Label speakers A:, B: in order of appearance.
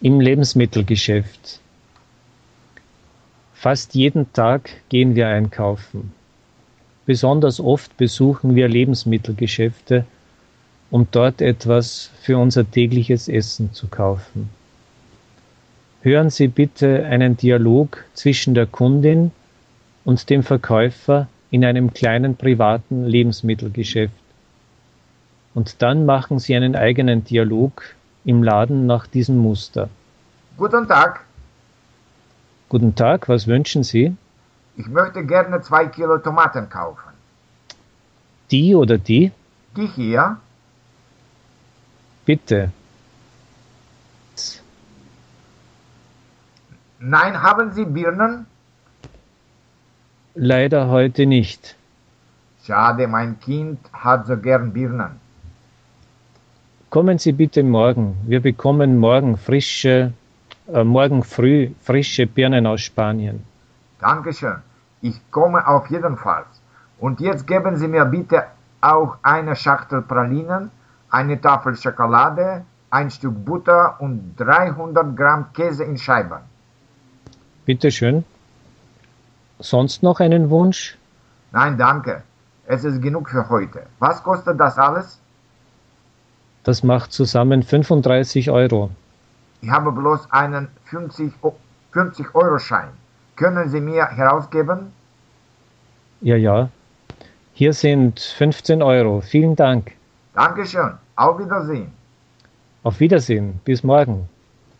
A: Im Lebensmittelgeschäft. Fast jeden Tag gehen wir einkaufen. Besonders oft besuchen wir Lebensmittelgeschäfte, um dort etwas für unser tägliches Essen zu kaufen. Hören Sie bitte einen Dialog zwischen der Kundin und dem Verkäufer in einem kleinen privaten Lebensmittelgeschäft. Und dann machen Sie einen eigenen Dialog im Laden nach diesem Muster.
B: Guten Tag,
A: Guten Tag, was wünschen Sie?
B: ich möchte gerne zwei Kilo Tomaten kaufen.
A: Die oder die?
B: Die hier,
A: Bitte.
B: nein, haben Sie Birnen?
A: Leider heute nicht.
B: Schade, mein Kind hat so gern Birnen.
A: Kommen Sie bitte morgen. Wir bekommen morgen frische, äh, morgen früh frische Birnen aus Spanien.
B: Dankeschön, ich komme auf jeden Fall. Und jetzt geben Sie mir bitte auch eine Schachtel Pralinen, eine Tafel Schokolade, ein Stück Butter und 300 Gramm Käse in Scheiben.
A: Bitte schön. Sonst noch einen Wunsch?
B: Nein, danke. Es ist genug für heute. Was kostet das alles?
A: Das macht zusammen 35 Euro.
B: Ich habe bloß einen 50-Euro-Schein. Können Sie mir herausgeben?
A: Ja, ja. Hier sind 15 Euro. Vielen Dank.
B: Dankeschön. Auf Wiedersehen.
A: Auf Wiedersehen. Bis morgen.